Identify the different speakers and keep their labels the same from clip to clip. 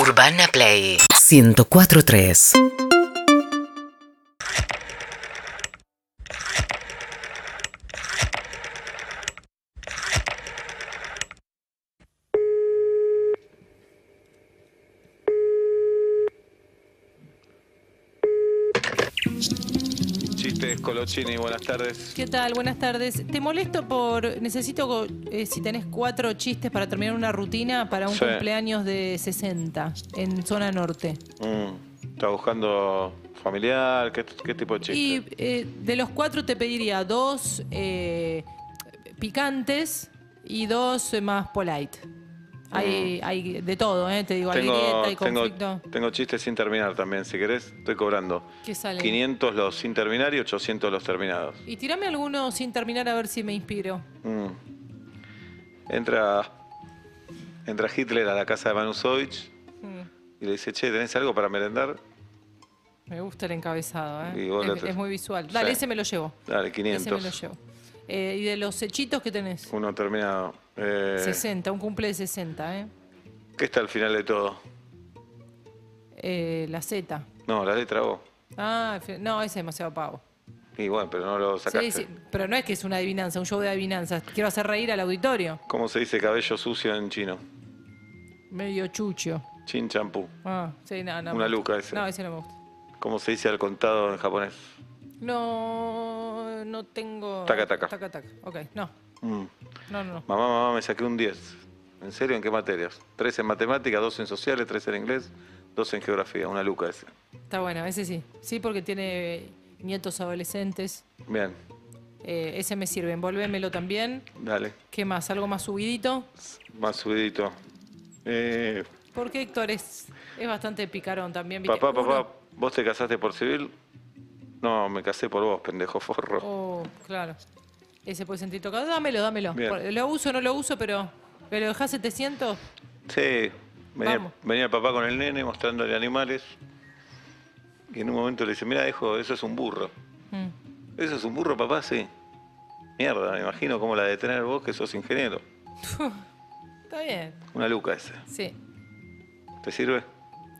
Speaker 1: Urbana Play 1043.
Speaker 2: Chistes, Colochini, buenas tardes.
Speaker 3: ¿Qué tal? Buenas tardes. Te molesto por. Necesito go- eh, si tenés cuatro chistes para terminar una rutina para un
Speaker 2: Sí.
Speaker 3: cumpleaños de 60 en zona norte.
Speaker 2: Mm, ¿Está buscando familiar? ¿Qué, qué tipo de
Speaker 3: Y
Speaker 2: chiste?
Speaker 3: eh, de los cuatro te pediría dos eh, picantes y dos eh, más polite. Hay, hay de todo, ¿eh? Te digo,
Speaker 2: Mm. Tengo,
Speaker 3: alegrieta y conflicto.
Speaker 2: tengo, tengo chistes sin terminar también, si querés, estoy cobrando.
Speaker 3: ¿Qué sale?
Speaker 2: 500 los sin terminar y 800 los terminados.
Speaker 3: Y tirame alguno sin terminar a ver si me inspiro.
Speaker 2: Mm. Entra, entra Hitler a la casa de Manusovich
Speaker 3: Mm,
Speaker 2: y le dice, che, ¿tenés algo para merendar?
Speaker 3: Me gusta el encabezado, ¿eh?
Speaker 2: Y vos lo
Speaker 3: Es,
Speaker 2: te-
Speaker 3: es muy visual. Dale,
Speaker 2: Sí.
Speaker 3: ese me lo llevo.
Speaker 2: Dale,
Speaker 3: Ese me lo
Speaker 2: 500.
Speaker 3: llevo. Eh, ¿Y de los hechitos que tenés?
Speaker 2: Uno terminado. Eh,
Speaker 3: 60, un cumple de 60, ¿eh?
Speaker 2: ¿Qué está al final de todo?
Speaker 3: Eh, la Z.
Speaker 2: No, la letra O.
Speaker 3: Ah, fe- no, ese es demasiado pavo.
Speaker 2: Y bueno, pero no lo sacaste.
Speaker 3: Sí, sí, pero no es que es una adivinanza, un show de adivinanzas. Quiero hacer reír al auditorio.
Speaker 2: ¿Cómo se dice cabello sucio en chino?
Speaker 3: Medio chucho.
Speaker 2: Chin champú.
Speaker 3: Ah, sí, no, no. me
Speaker 2: Una
Speaker 3: gusta.
Speaker 2: luca ese.
Speaker 3: No, ese no me gusta.
Speaker 2: ¿Cómo se dice al contado en japonés?
Speaker 3: No, no tengo.
Speaker 2: Taca, taca.
Speaker 3: Taca, taca. Ok, no.
Speaker 2: Mm.
Speaker 3: No, no, no.
Speaker 2: Mamá, mamá, me saqué un 10. ¿En serio? ¿En qué materias? Tres en matemáticas, dos en sociales, tres en inglés, dos en geografía. Una luca ese.
Speaker 3: Está bueno, ese sí. Sí, porque tiene nietos adolescentes.
Speaker 2: Bien,
Speaker 3: Eh, ese me sirve. Envolvémelo también.
Speaker 2: dale.
Speaker 3: ¿Qué más? ¿Algo más subidito?
Speaker 2: Más subidito. Eh,
Speaker 3: Porque Héctor es, es bastante picarón también. ¿viste?
Speaker 2: papá, papá,
Speaker 3: Uno-
Speaker 2: ¿vos te casaste por civil? No, me casé por vos, pendejo forro.
Speaker 3: Oh, claro. Ese puede sentir tocado. Dámelo, dámelo.
Speaker 2: Bien.
Speaker 3: Por- Lo uso, no lo uso, pero. ¿Me lo dejás 700?
Speaker 2: Sí, venía,
Speaker 3: Vamos.
Speaker 2: venía el papá con el nene mostrándole animales. Y en un momento le dice, mira, hijo, eso es un burro.
Speaker 3: Mm.
Speaker 2: ¿Eso es un burro, papá? Sí. Mierda, me imagino cómo la de tener vos que sos ingeniero.
Speaker 3: Está bien.
Speaker 2: Una luca ese.
Speaker 3: Sí.
Speaker 2: ¿Te sirve?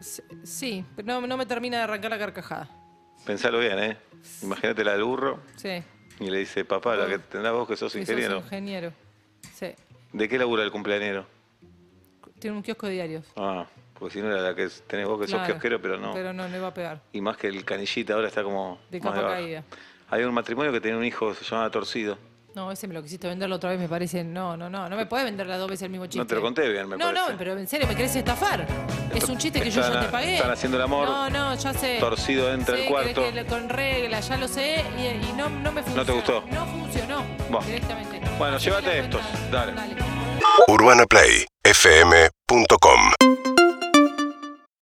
Speaker 3: S- Sí, pero no, no me termina de arrancar la carcajada.
Speaker 2: Pensalo bien, ¿eh? Imagínate la del burro
Speaker 3: Sí.
Speaker 2: y le dice, papá, la que tendrás vos que sos
Speaker 3: que sos
Speaker 2: ingeniero.
Speaker 3: ingeniero. Sí.
Speaker 2: ¿De qué labura el cumpleañero?
Speaker 3: Tiene un kiosco de diarios.
Speaker 2: Ah, porque si no era la que tenés vos que sos
Speaker 3: Claro.
Speaker 2: kiosquero, pero no.
Speaker 3: Pero no, le va a pegar.
Speaker 2: Y más que el canillita ahora está como...
Speaker 3: De
Speaker 2: más
Speaker 3: capa
Speaker 2: baja.
Speaker 3: caída.
Speaker 2: Había un matrimonio que tenía un hijo que se llamaba Torcido.
Speaker 3: No, ese me lo quisiste venderlo otra vez, me parece. No, no, no. No me podés vender las dos veces el mismo chiste.
Speaker 2: No te lo conté bien, me
Speaker 3: No,
Speaker 2: parece.
Speaker 3: no, pero en serio, me querés estafar. Es un chiste que yo
Speaker 2: Están-
Speaker 3: ya te pagué.
Speaker 2: están haciendo el amor.
Speaker 3: No, no, ya sé.
Speaker 2: Torcido entra
Speaker 3: Sí,
Speaker 2: al cuarto.
Speaker 3: querés que le- con regla, ya lo sé. Y, y no, no me funcionó.
Speaker 2: te gustó.
Speaker 3: No funcionó.
Speaker 2: Bueno.
Speaker 3: Directamente.
Speaker 2: Bueno,
Speaker 3: Haceme la
Speaker 2: llévate
Speaker 3: cuenta.
Speaker 2: estos. Dale.
Speaker 3: Dale.
Speaker 4: UrbanaPlayFM.com